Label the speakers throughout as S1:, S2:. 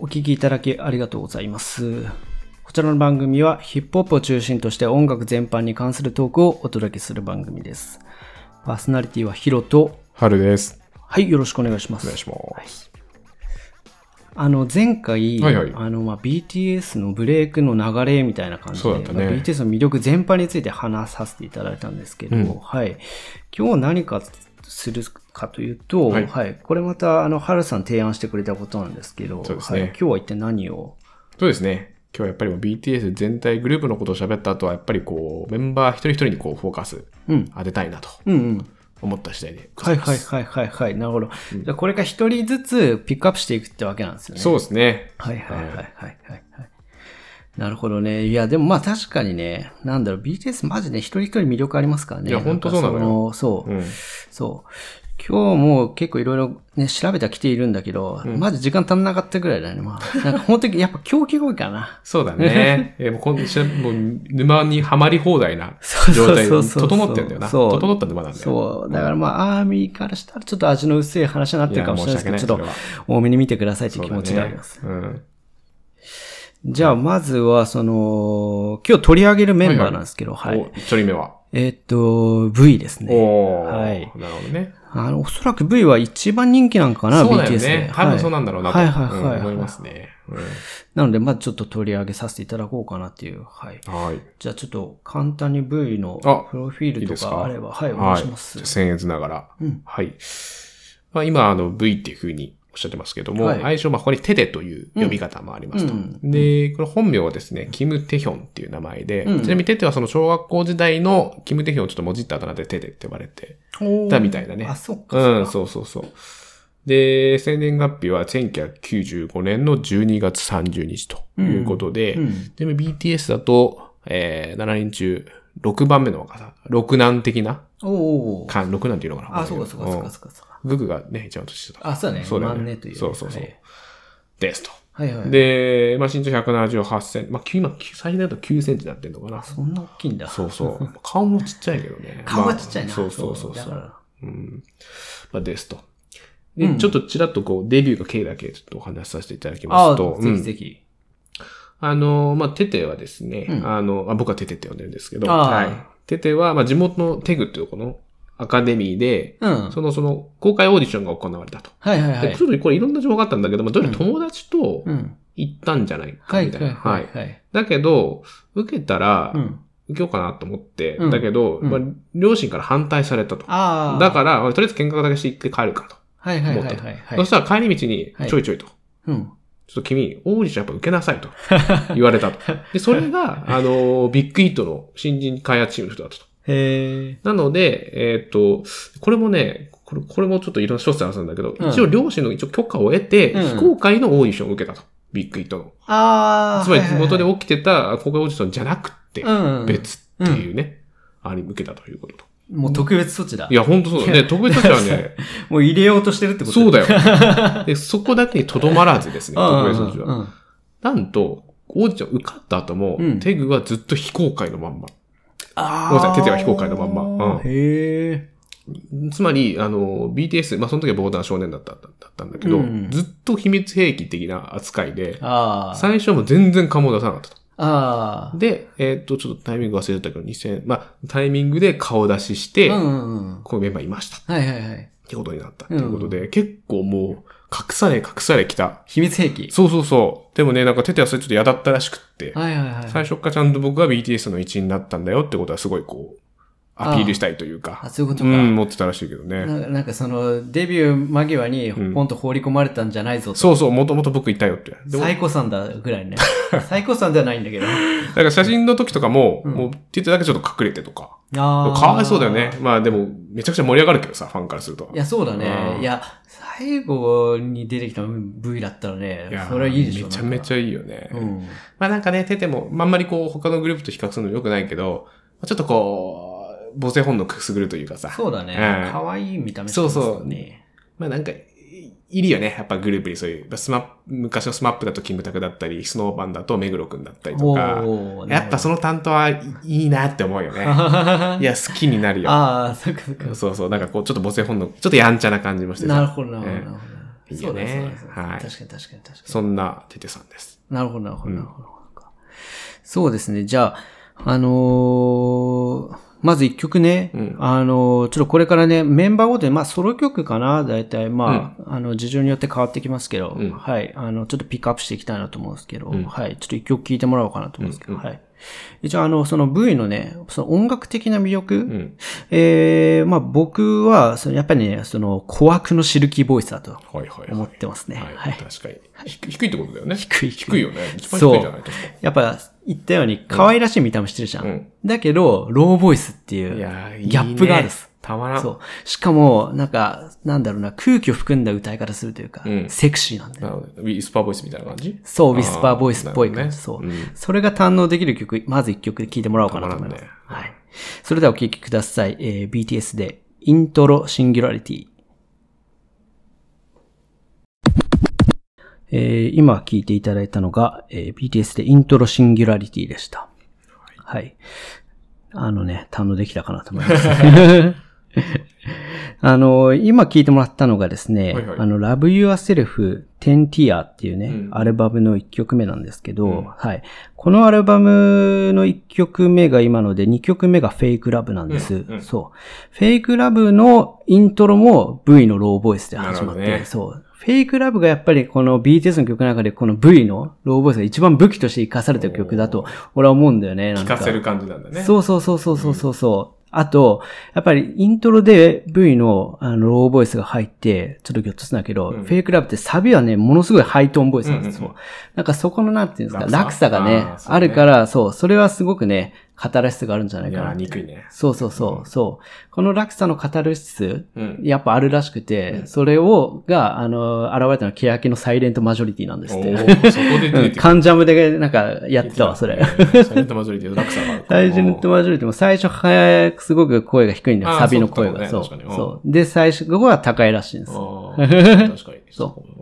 S1: 聞きいただきありがとうございます。こちらの番組はヒップホップを中心として音楽全般に関するトークをお届けする番組です。パーソナリティはヒロと、
S2: 春です。
S1: はい、よろしくお願いしま
S2: お願い
S1: す。
S2: します。
S1: あの、前回、
S2: はいはい
S1: あの、まあ、BTS のブレイクの流れみたいな感じで、
S2: そうだったね
S1: まあ BTS の魅力全般について話させていただいたんですけど、
S2: うん
S1: はい。今日何かするかというと、は、
S2: はいい
S1: これまた、あの、ハルさん提案してくれたことなんですけど、
S2: そうですね
S1: はい、今日は一体何を
S2: そうですね。今日はやっぱりもう BTS 全体グループのことを喋った後は、やっぱりこう、メンバー一人一人にこう、フォーカス
S1: うん。
S2: 当てたいなと
S1: うんうん。
S2: 思った次第でご
S1: は
S2: ざ
S1: い
S2: います。
S1: はいはいはいはい。なるほど。じゃあこれから一人ずつピックアップしていくってわけなんですよね。
S2: そうですね。
S1: はいはいはいはいはいはい。なるほどね。いや、でもまあ確かにね、なんだろう、BTS マジね、一人一人魅力ありますからね。
S2: いやほんとそうなのよ
S1: んかそのそう、
S2: うん。
S1: そう。今日もう結構いろいろね、調べてはきているんだけど、マジ時間足んなかったぐらいだね。ま あ、なんか本当にやっぱ狂気が多いからな。
S2: そう だね。えーもうこんしらもう沼にはまり放題な
S1: そうそう
S2: 状
S1: そう
S2: 態
S1: そ
S2: で
S1: う
S2: 整ってるんだよな。
S1: そう
S2: 整った沼なんだよ。
S1: そう。だからまあ、アーミーからしたらちょっと味の薄い話になってるかもしれないですけど、
S2: い
S1: ち
S2: や
S1: ょ
S2: 申し訳ない
S1: っと多めに見てくださいという気持ちがあります。
S2: そうだねうん。
S1: じゃあ、まずは、その、今日取り上げるメンバーなんですけど、はい、
S2: お、一人目は。
S1: えーっと、V ですね。
S2: おー。
S1: はい
S2: なるほどね。
S1: あの、おそらく V は一番人気なんかな、
S2: そうだよ
S1: BTS で
S2: ね。。多分そうなんだろうなと
S1: はいはいはいはい、
S2: うん思いますね。
S1: なので、まあちょっと取り上げさせていただこうかなっていう。はい。
S2: うんはい。
S1: じゃあ、ちょっと簡単に V の
S2: あ
S1: プロフィー
S2: い
S1: ル
S2: い
S1: と
S2: です
S1: か
S2: か
S1: あれば、はい、お願いします。
S2: じゃあ僭越ながら。
S1: うん
S2: はい。まあ、今、あの、V っていうふうにおっしゃってますけども、
S1: はい
S2: 愛称、まあ、ここにテテという呼び方もありますと。
S1: うん
S2: で、これ本名はですね、キム・テヒョンっていう名前で、
S1: うん
S2: ちなみにテテはその小学校時代のキム・テヒョンをちょっともじったあだ名でテテって呼ばれて
S1: おー
S2: たみたいだね。
S1: あ、そっか。
S2: うん、そうそうそう。で、生年月日は1995年の12月30日ということで、
S1: うん。
S2: でも BTS だと、えー、7人中6番目の若さ、6男的な
S1: おー。
S2: か、6男っていうのかな
S1: あ、そうかそうかそうかそうかそうか。
S2: うんググがね、一番年下だ。
S1: あ、そうだね。
S2: そうだよ
S1: 万
S2: ね
S1: 年という。
S2: そうそうそう
S1: はい
S2: ですと。
S1: はいはい。
S2: で、まあ、身長178センチ。まあ、き今、き最大だと9センチになってんのかな。
S1: そんな大きいんだ。
S2: そう そう。顔もちっちゃいけどね。
S1: 顔はちっちゃいな。
S2: まあそうそうそうそ
S1: だか
S2: う。
S1: ら
S2: うん。まあ、ですと。で、
S1: うん
S2: ちょっとちらっとこう、デビューが経緯だけちょっとお話しさせていただきま
S1: あ
S2: すと。
S1: ぜ
S2: う
S1: ひ
S2: ん
S1: ぜひ。
S2: あの、まあ、テテはですね、
S1: うん
S2: あの、あ僕はテテって呼んでるんですけど、
S1: あー
S2: はい。テテは、まあ、地元のテグっていうとこのアカデミーで、
S1: うん。
S2: その、その、公開オーディションが行われたと。
S1: はいはいは
S2: で
S1: い
S2: ち。ょっとこれいろんな情報があったんだけど、まあ、どれも友達と
S1: うん。
S2: 行ったんじゃないか
S1: はい
S2: みたい
S1: は
S2: な。
S1: いはいはい。
S2: だけど、受けたら
S1: う、ん。
S2: 受けようかなと思って、
S1: うん
S2: だけど、
S1: うん
S2: まあ、両親から反対されたと。
S1: ああ。
S2: だから、まあとりあえず見学だけして行って帰るかと。
S1: はいはいはいはいはい。
S2: そしたら帰り道に
S1: はい、
S2: ちょいちょいと。
S1: うん。
S2: ちょっと君、オーディションやっぱ受けなさいと言われ たと。で、それが、あの、ビッグイートの新人開発チームの人だったと。
S1: へえ。
S2: なので、えっ、と、これもね、これ、これもちょっといろんな諸説あるんだけど、
S1: うん
S2: 一応両親の一応許可を得て、
S1: うん
S2: 非公開のオーディションを受けたと。ビッグイートの。
S1: ああ。
S2: つまり、地元で
S1: はい
S2: 起きてた公開オーディションじゃなくて、
S1: はいはい、うん。。
S2: 別っていうね、あれ受けたということと。
S1: もう特別措置だ。
S2: いや、ほんとそうだね。特別措置 はね、
S1: もう入れようとしてるってこと
S2: そう
S1: だ
S2: だ よ。で、そこだけにとどまらずですね、特別措置は。
S1: うん。
S2: なんと、王子ちゃん受かった後も、
S1: うん
S2: テグはずっと非公開のまんま。
S1: ああ。
S2: ごめんなさい手手は非公開のまんまうん
S1: へえ。
S2: つまり、あの、BTS、まあ、その時は防弾少年だっただったんだけど、
S1: うん
S2: ずっと秘密兵器的な扱いで、
S1: ああ。
S2: 最初も全然顔も出さなかったと。
S1: ああ。
S2: で、えっと、ちょっとタイミング忘れてたけど、2000、まあ、タイミングで顔出しして、
S1: うんうんうん。
S2: こういうメンバーいましたっ
S1: はいはいはい。
S2: てことになったっていうことで、結構もう、隠され隠されきた。
S1: 秘密兵器。
S2: そうそうそう。でもね、なんかテテはそれちょっと嫌だったらしくって、
S1: はいはいはい。
S2: 最初っからちゃんと僕が BTS の一員になったんだよってことはすごいこう、アピールしたいという
S1: あ、
S2: か、
S1: そういうこと
S2: う
S1: か。
S2: ん、持ってたらしいけど
S1: な
S2: ね。
S1: なんかその、デビュー間際に
S2: うん
S1: ポンと放り込まれたんじゃないぞと。
S2: そうそう、もともと僕いたよって。でも、
S1: 最高さんだぐら いね。最高さんではないんだけど。
S2: だから写真の時とかも、
S1: うん
S2: もう、テテだけちょっと隠れてとか。
S1: あ
S2: か
S1: あ。
S2: わいそうだよね。。まあでも、めちゃくちゃ盛り上がるけどさ、ファンからすると。
S1: いや、そうだ
S2: う
S1: ね。
S2: ん
S1: いや、最後に出てきた V だったらね
S2: いや、
S1: それはいいでしょ。
S2: めちゃめ
S1: ゃ。
S2: ちゃいいよね。
S1: うん。
S2: まあなんかね、テテも、まああんまりこう、他のグループと比較するの良くないけど、ちょっとこう、母性本能くすぐるというかさ。
S1: そうだね
S2: う。ん
S1: 可愛い見た目
S2: そうそう
S1: してますよね。
S2: まあなんか、いいるよね。やっぱグループにそういう、スマップ昔のスマップだとキムタクだったり、スノーパンだと目黒くんだったりとか、
S1: おー
S2: やっぱその担当はいいいなって思うよね。 いや、好きになるよ。
S1: ああ、そっかそっか。
S2: そうそう、なんかこう、ちょっと母性本能、ちょっとやんちゃな感じもして
S1: なる
S2: さ、
S1: ほど、なるほどなるほど。
S2: いい
S1: そ
S2: よね。
S1: うです、そうです。
S2: は
S1: 確
S2: い。
S1: かに確かに確か
S2: そんなテテさんです。
S1: に。なるほど、なるほど、なるほど。そうですね。じゃあ、あのーまず一曲ね、
S2: うん
S1: あのーちょっとこれからね、メンバーごとに、まあソロ曲かな、大体、まあ、あの、事情によって変わってきますけど、
S2: うん
S1: はい、あの、ちょっとピックアップしていきたいなと思うんですけど、
S2: ん
S1: はい、ちょっと一曲聴いてもらおうかなと思うんですけど、はい。一応、あの、その V のね、その音楽的な魅力、
S2: うん。
S1: えーまあ僕は、そのやっぱりね、その、小悪のシルキーボイスだと
S2: はいはい
S1: 思
S2: は
S1: ってますね。
S2: い。
S1: は
S2: はいい、。確かに。ひく低いってことだよね。
S1: 低い
S2: 低いよね。一番
S1: そう
S2: 低いじゃないですか。
S1: やっぱ言ったように可愛らしい見た目してるじゃん。
S2: うん
S1: だけど、ローボイスっていう
S2: い
S1: ギ
S2: や
S1: ャ
S2: ーいいね
S1: ップがあるっす。
S2: たまらん。
S1: そう。しかも、なんか、なんだろうな、空気を含んだ歌い方するというか、
S2: うん
S1: セクシーなんだよ。
S2: なるほどウィスパーボイスみたいな感じ
S1: そう、ウィスパーボイスっぽい感じ。
S2: あー
S1: そう、
S2: なるほどね
S1: それが堪能できる曲、まず一曲で聴いてもらおうかなと思います。
S2: たま
S1: はい。それではお聴きください。えー BTS で、イントロシンギュラリティ。えー今聴いていただいたのが、えー BTS でイントロシンギュラリティでした。はい。あのね、堪能できたかなと思い ます。あの、今聞いてもらったのがですね、
S2: はいはい
S1: あの、Love Yourself 10 Tier っていうね、
S2: うん
S1: アルバムの1曲目なんですけど、
S2: うん
S1: はい。このアルバムの1曲目が今ので、2曲目が Fake Love なんです。
S2: うんうん
S1: そう。Fake Love のイントロも V のローボイスで始まっ
S2: な
S1: て、
S2: るほどね
S1: そう。フェイクラブがやっぱりこの BTS の曲の中でこの V のローボイスが一番武器として活かされてる曲だと俺は思うんだよね。なん
S2: 聞
S1: か
S2: かせる感じなんだね。
S1: そうそうそうそうそうそうそう。あと、やっぱりイントロで V のあのローボイスが入って、ちょっとギョッとするんだけど、
S2: うん
S1: フェイクラブってサビはね、ものすごいハイトーンボイスなんですよ。
S2: うんうんうん
S1: なんかそこのなんていうんですか、
S2: 落差
S1: 落差がね、あ
S2: あーそうね
S1: るから、そう、それはすごくね、語らしさがあるんじゃない
S2: い
S1: か
S2: や
S1: な
S2: ー、。憎いね。
S1: そうそうそう、そう。この落差の語る質、
S2: うん。
S1: やっぱあるらしくて、
S2: うん
S1: それを、が、あの、現れたのは、欅のサイレントマジョリティなんですっ
S2: お
S1: て。
S2: ーそこで
S1: う
S2: 出て
S1: ん
S2: き
S1: カンジャムで、なんか、やってたわ、それ。
S2: サイレントマジョリティの落差がある。
S1: サイレントマジョリティも最初早くすごく声が低いんだよ、
S2: あー
S1: サビの声が。そ
S2: そううだったね確かに
S1: そう。で、最初は高いらしいんです。
S2: あー確かに。。
S1: そう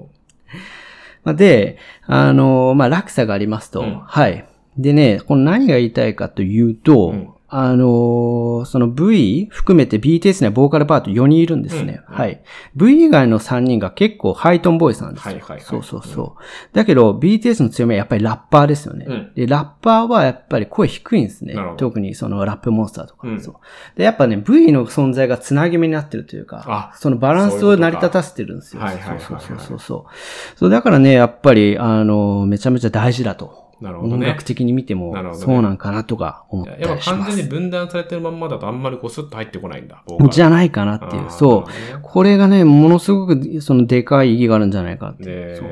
S1: まあで、あのーまあ、落差がありますと、
S2: うん
S1: はい。でね、この何が言いたいかというと、
S2: うん
S1: あのーその V 含めて BTS にはボーカルパート4人いるんですね。
S2: うん
S1: はい。V 以外の3人が結構ハイトーンボイスなんですよ。
S2: はいはいはい
S1: そうそうそう。だけど BTS の強みはやっぱりラッパーですよね。
S2: うん
S1: で、ラッパーはやっぱり声低いんですね
S2: なるほ。ど
S1: 特にそのラップモンスターとか、
S2: うん
S1: そう。で、やっぱね、V の存在がつなぎ目になってるというか
S2: あ、
S1: そのバランス
S2: そうい
S1: を
S2: うこと
S1: 成
S2: か
S1: り立たせてるんですよ。
S2: はいはいはいはい
S1: そうそうそうそう。そう、だからね、やっぱり、あの、めちゃめちゃ大事だと。
S2: なるほど
S1: 音
S2: ね
S1: 楽。的に見て
S2: なるほ
S1: も、
S2: どね
S1: そうなんかなとか思っ
S2: い
S1: た
S2: ややっ
S1: り
S2: ぱ
S1: し
S2: 完
S1: ます
S2: 全に。分断されてるまんまだとあんまりこうスッと入ってこないんだ。
S1: じゃないかなってい
S2: あ
S1: う。
S2: ー
S1: そ
S2: なるほど
S1: う。
S2: ね
S1: これがね、ものすごく、その、でかい意義があるんじゃないかっていう。
S2: で
S1: そう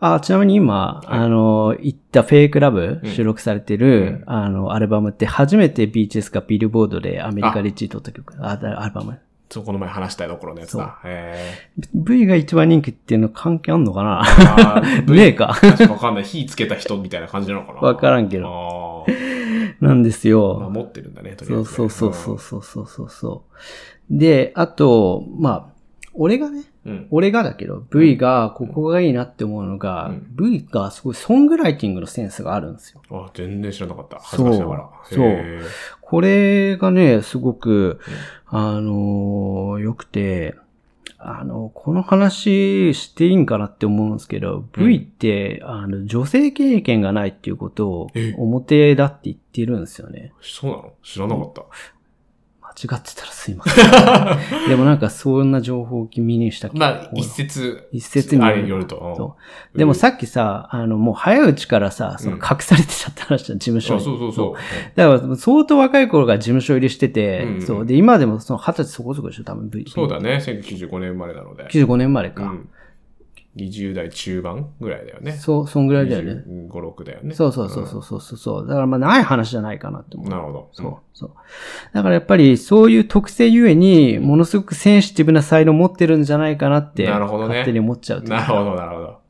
S1: あ、ちなみに今、
S2: はい
S1: あの、行ったフェイクラブ
S2: うん
S1: 収録されてる、あの、アルバムって初めて BTS がビルボードでアメリカで1位取った曲、あだアルバム。
S2: そう、この前話したところのやつ
S1: そう
S2: だ。へ
S1: V が一番人気っていうの関係あんのかな
S2: ーあー
S1: ねえか。
S2: 確かわかんない。火つけた人みたいな感じなのかな。
S1: わからんけど。
S2: ど。あー
S1: なんです
S2: まあ、
S1: よ。
S2: 持ってるんだね、とり
S1: そう
S2: あえずね。
S1: そうそうそうそうそうそうそう。で、あと、まあ、俺がね、
S2: うん。うん。
S1: 俺がだけど、V が、ここがいいなって思うのが、
S2: うん
S1: V がすごいソングライティングのセンスがあるんですよ。
S2: あ、全然知らなかった。恥
S1: そう
S2: ずかしながら。
S1: そう
S2: へー
S1: これがね、すごく、あのー良くて、あの、この話していいんかなって思うんですけど、
S2: うん
S1: V って、あの、女性経験がないっていうことを
S2: え
S1: 表だって言ってるんですよね。
S2: そうなの知らなかった。
S1: 間違ってたらすいません。 でもなんかそんな情報を君にした気が
S2: まあ、一説。
S1: 一説に
S2: あ
S1: よ
S2: れに
S1: る
S2: よると。
S1: そ
S2: うん
S1: でもさっきさ、あの、もう早いうちからさ、その隠されてちゃった話だ、事務
S2: あそ
S1: 所
S2: う
S1: に。
S2: そうそう。
S1: だから、相当若い頃から事務所入りしてて、
S2: うんうん
S1: そう。で、今でもその二十歳そこそこでしょ、多分 V。
S2: そうだね。1995年生まれなので。
S1: 95年生まれ
S2: う
S1: か。
S2: ん。20代中盤ぐらいだよね。
S1: そう、そんぐらいだよね。
S2: 25、6だよね。
S1: そうそうそうそうそうそうそう。だからまあない話じゃないかなって思う。
S2: なるほど。
S1: そうそう。だからやっぱりそういう特性ゆえに、ものすごくセンシティブな才能を持ってるんじゃないかなって、
S2: なるほどね
S1: 勝手に思っちゃうというか
S2: なるほど、なるほど。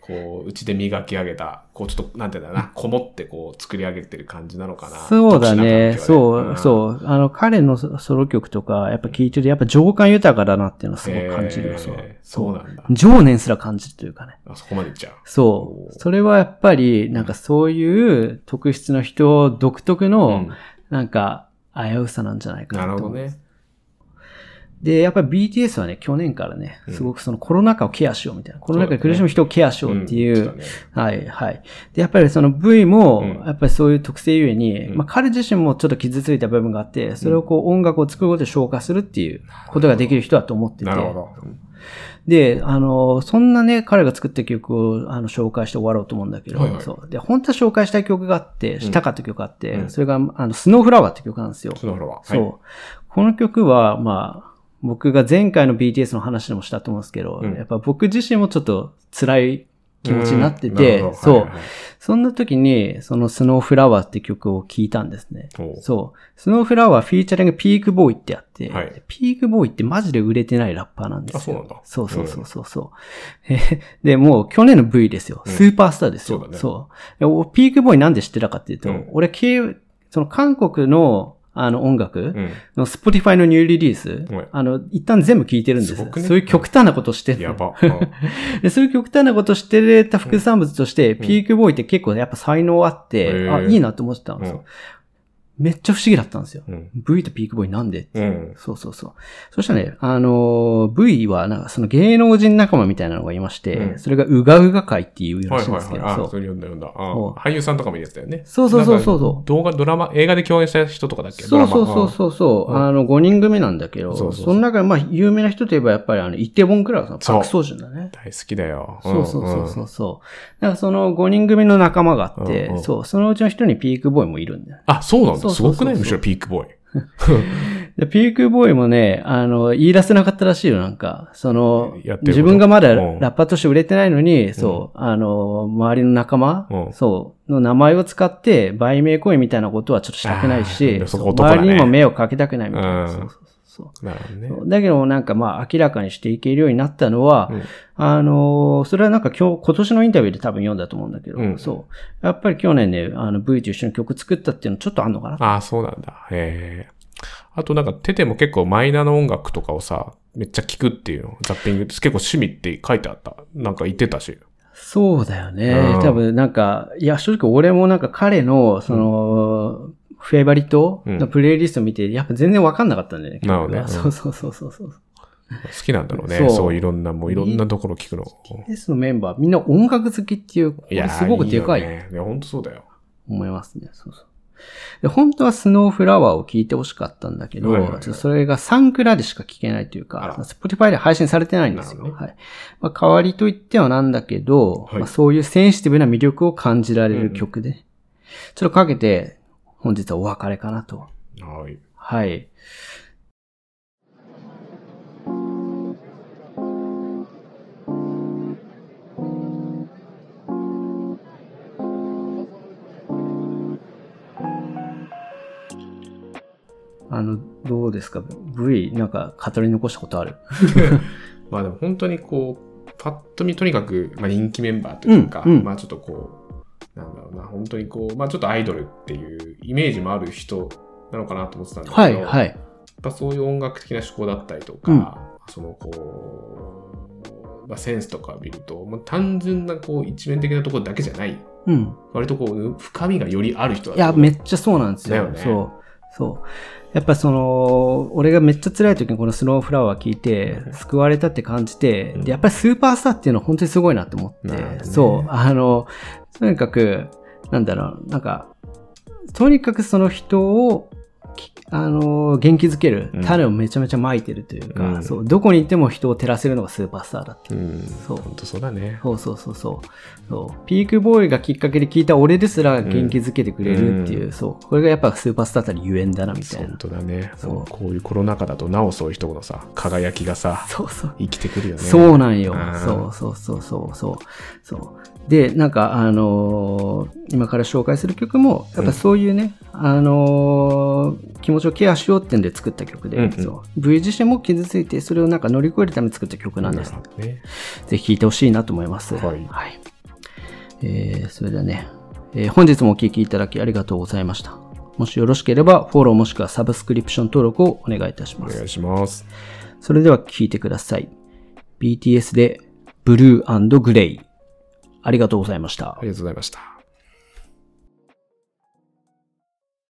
S2: こう、うちで磨き上げた、こう、ちょっと、なんていうんだろうな、こもってこう、作り上げてる感じなのかな。
S1: そうだね。
S2: 特殊
S1: そ
S2: な環境で
S1: う、そう。あの、彼のソソロ曲とか、やっぱ聴いてる、やっぱ情感豊かだなっていうのはすごく感じる
S2: へ
S1: よ。
S2: ー
S1: そう。
S2: そうなんだ。
S1: 情念すら感じるというかね。
S2: あそこまでいっちゃう。
S1: そう
S2: お。ー
S1: それはやっぱり、なんかそういう特質の人独特の、
S2: ん
S1: なんか、危うさなんじゃないか
S2: な
S1: な
S2: る
S1: と
S2: ほ
S1: 思
S2: ど
S1: う。
S2: ね。
S1: で、やっぱり BTS はね、去年からね、
S2: うん
S1: すごくそのコロナ禍をケアしようみたいな、コロナ禍で苦しむ人をケアしようってい
S2: ん
S1: う、
S2: そうだね
S1: はい、はい。で、やっぱりその V も
S2: うん、
S1: やっぱりそういう特性ゆえに、
S2: うん
S1: まあ彼自身もちょっと傷ついた部分があって、それをこう音楽を作ることで消化するっていうことができる人だと思ってて。
S2: なるほど。
S1: で、あの、そんなね、彼が作った曲をあの紹介して終わろうと思うんだけど、
S2: はいはい
S1: そう。で、本当は紹介したい曲があって、したかった曲があって、
S2: うん
S1: それが、あの、スノーフラワーって曲なんですよ。
S2: その頃は。
S1: そう。この曲は、まあ、僕が前回の BTS の話でもしたと思うんですけど、
S2: うん
S1: やっぱ僕自身もちょっと辛い気持ちになって
S2: う
S1: て
S2: んなる、ほど
S1: そう、
S2: はいはい
S1: そんな時に、そのスノーフラワーって曲を聴いたんですね。
S2: おう
S1: そう。スノーフラワーフィーチャリングピークボーイってあって、
S2: はい
S1: ピークボーイってマジで売れてないラッパーなんですよ。
S2: あそうなんだ
S1: そうそうそうそうそう、えーで、もう去年の V ですよ。
S2: うん
S1: スーパースターですよ。
S2: そうだね
S1: でおピークボーイなんで知ってたかっていうと、
S2: うん
S1: 俺、K- その韓国のあの音楽
S2: うん
S1: の Spotify のニューリリース、
S2: はい
S1: あの、一旦全部聴いてるんです
S2: す
S1: よ
S2: ごくね
S1: そういう極端なことしてる
S2: や ば。うん
S1: で、そういう極端なことしてれた副産物として、ピークボーイって結構やっぱ才能あって、
S2: うん
S1: あ、
S2: へー
S1: いいなって思ってたんですよ。めっちゃ不思議だったんですよ。
S2: うん
S1: V とピークボーイなんでって。
S2: うん。
S1: そうそうそう。そしたらね、あのー V は、なんかその芸能人仲間みたいなのがいまして、
S2: うん
S1: それがうがうが会っていう
S2: は
S1: ら
S2: い
S1: しいん
S2: は
S1: で
S2: い
S1: すけ
S2: はい。
S1: ど、
S2: あ、そ
S1: そ
S2: れ
S1: う
S2: 読んだ読んだ。あ
S1: そう
S2: 俳優さんとかもいいやつだよね。
S1: そうそうそうそうそう
S2: なんか動画、ドラマ、映画で共演した人とかだっけ
S1: そうそうそう
S2: う。
S1: そうそう、
S2: ん
S1: あの、5人組なんだけど、
S2: そ
S1: そう
S2: そうそう
S1: の中で、まあ、有名な人といえば、やっぱり、あの、イテウォンクラブのパクソージュンだね。
S2: 大好きだよ。
S1: そうそうそうそ
S2: んん
S1: う。そうだからその5人組の仲間があって、
S2: うんうん
S1: そう、そのうちの一人にピークボーイもいるんだよ。
S2: あ、そうなん
S1: そ
S2: だ。
S1: う
S2: す
S1: そうそう
S2: ごくないむしろピークボーイ。
S1: で、ピークボーイもね、あの、言い出せなかったらしいよ、なんか。その
S2: やっ、てること
S1: 自分がまだ
S2: うん
S1: ラッパーとして売れてないのに、そう、あの、周りの仲間、
S2: うん
S1: そう、の名前を使って、売名行為みたいなことはちょっとしたくないし
S2: あ、ーそこ
S1: そう
S2: 男だね
S1: 周りにも迷惑かけたくないみたいな。
S2: うん
S1: そうそうそう
S2: なるほどね。
S1: そうだけど、なんかまあ、明らかにしていけるようになったのは、
S2: うん
S1: あのーそれはなんか今日、今年のインタビューで多分読んだと思うんだけど、
S2: うん
S1: そう。やっぱり去年ね、あの、V と一緒に曲作ったっていうのちょっとあんのかな
S2: ああ、そうなんだ。へえ。あとなんか、テテも結構マイナーの音楽とかをさ、めっちゃ聞くっていうの。ザッピング、結構趣味って書いてあった。なんか言ってたし。
S1: そうだよね。
S2: うん
S1: 多分なんか、いや、正直俺もなんか彼の、その、フェイバリットのプレイリスト見て、やっぱ全然わかんなかったんだよね。
S2: なるほどね
S1: 曲がそうそうそうそうそう。
S2: 好きなんだろうね。
S1: そ
S2: そうういろんな、もういろんなところ聞くの。
S1: S のメンバー、みんな音楽好きっていう、こ
S2: いや
S1: れ
S2: ー
S1: すごくでかい
S2: いよね。いや、ほんとそうだよ。
S1: 思いますね。そうそう。で、本当はスノーフラワーを聴いてほしかったんだけど、
S2: はいはいはい
S1: ちょっとそれがサンクラでしか聴けないという
S2: あ、
S1: から Spotify で配信されてないんですよ。
S2: なるほ
S1: はい。まあ、代わりといってはなんだけど、
S2: はい
S1: まあ、そういうセンシティブな魅力を感じられる曲で、ちょっとかけて、本日はお別れかなと。
S2: はい。
S1: はい。あの、どうですか ?V、なんか語り残したことある
S2: まあでも本当にこう、パッと見とにかく、まあ、人気メンバーというか、
S1: うんうん
S2: まあちょっとこう、なんだろうな、本当にこう、まあちょっとアイドルっていうイメージもある人なのかなと思ってたんだけど、
S1: はい、はい。
S2: やっぱそういう音楽的な思考だったりとか、
S1: うん
S2: そのこう、まあ、センスとかを見ると、まあ、単純なこう一面的なところだけじゃない
S1: うん。
S2: 割とこう深みがよりある人だ
S1: いや、め
S2: っ
S1: っちゃそうなんですよ。
S2: だよね
S1: そう。そう。やっぱその、俺がめっちゃ辛い時にこのスノーフラワー聞いて、救われたって感じて、
S2: うん
S1: で、やっぱりスーパースターっていうのは本当にすごいなって思って、
S2: なるほどね
S1: そう、あの、とにかく、なんだろう、なんか、とにかくその人を、きあの元気づける
S2: うん
S1: 種をめちゃめちゃ撒いてるというか、
S2: うん
S1: そうどこにいても人を照らせるのがスーパースターだって
S2: うん
S1: そう
S2: 本当そうだね
S1: そうそうそうそうそう。ピークボーイがきっかけで聞いた俺ですら元気づけてくれるっていう、
S2: うん
S1: そう。これがやっぱスーパースターたりゆえんだなみたい
S2: 本
S1: な。
S2: 当だね
S1: そう
S2: もうこういうコロナ禍だとなおそういう人のさ輝きがさ
S1: そうそう。
S2: 生きてくるよね
S1: そうなんよ
S2: うん。
S1: そうそうそうそうそう。そうで、なんか、あのー今から紹介する曲も、やっぱそういうね、あのー気持ちをケアしようってんで作った曲で、
S2: うんうん
S1: そう V 自身も傷ついて、それをなんか乗り越えるために作った曲なんです
S2: な。るほどね
S1: ぜひ聴いてほしいなと思います。
S2: はい
S1: えーそれではね、えー本日もお聴きいただきありがとうございました。もしよろしければ、フォローもしくはサブスクリプション登録をお願いいたし
S2: お
S1: ます
S2: 願。いします
S1: それでは聴いてください。BTS で、ブルーグレイ。ありがとうございました
S2: あ。りがとうございました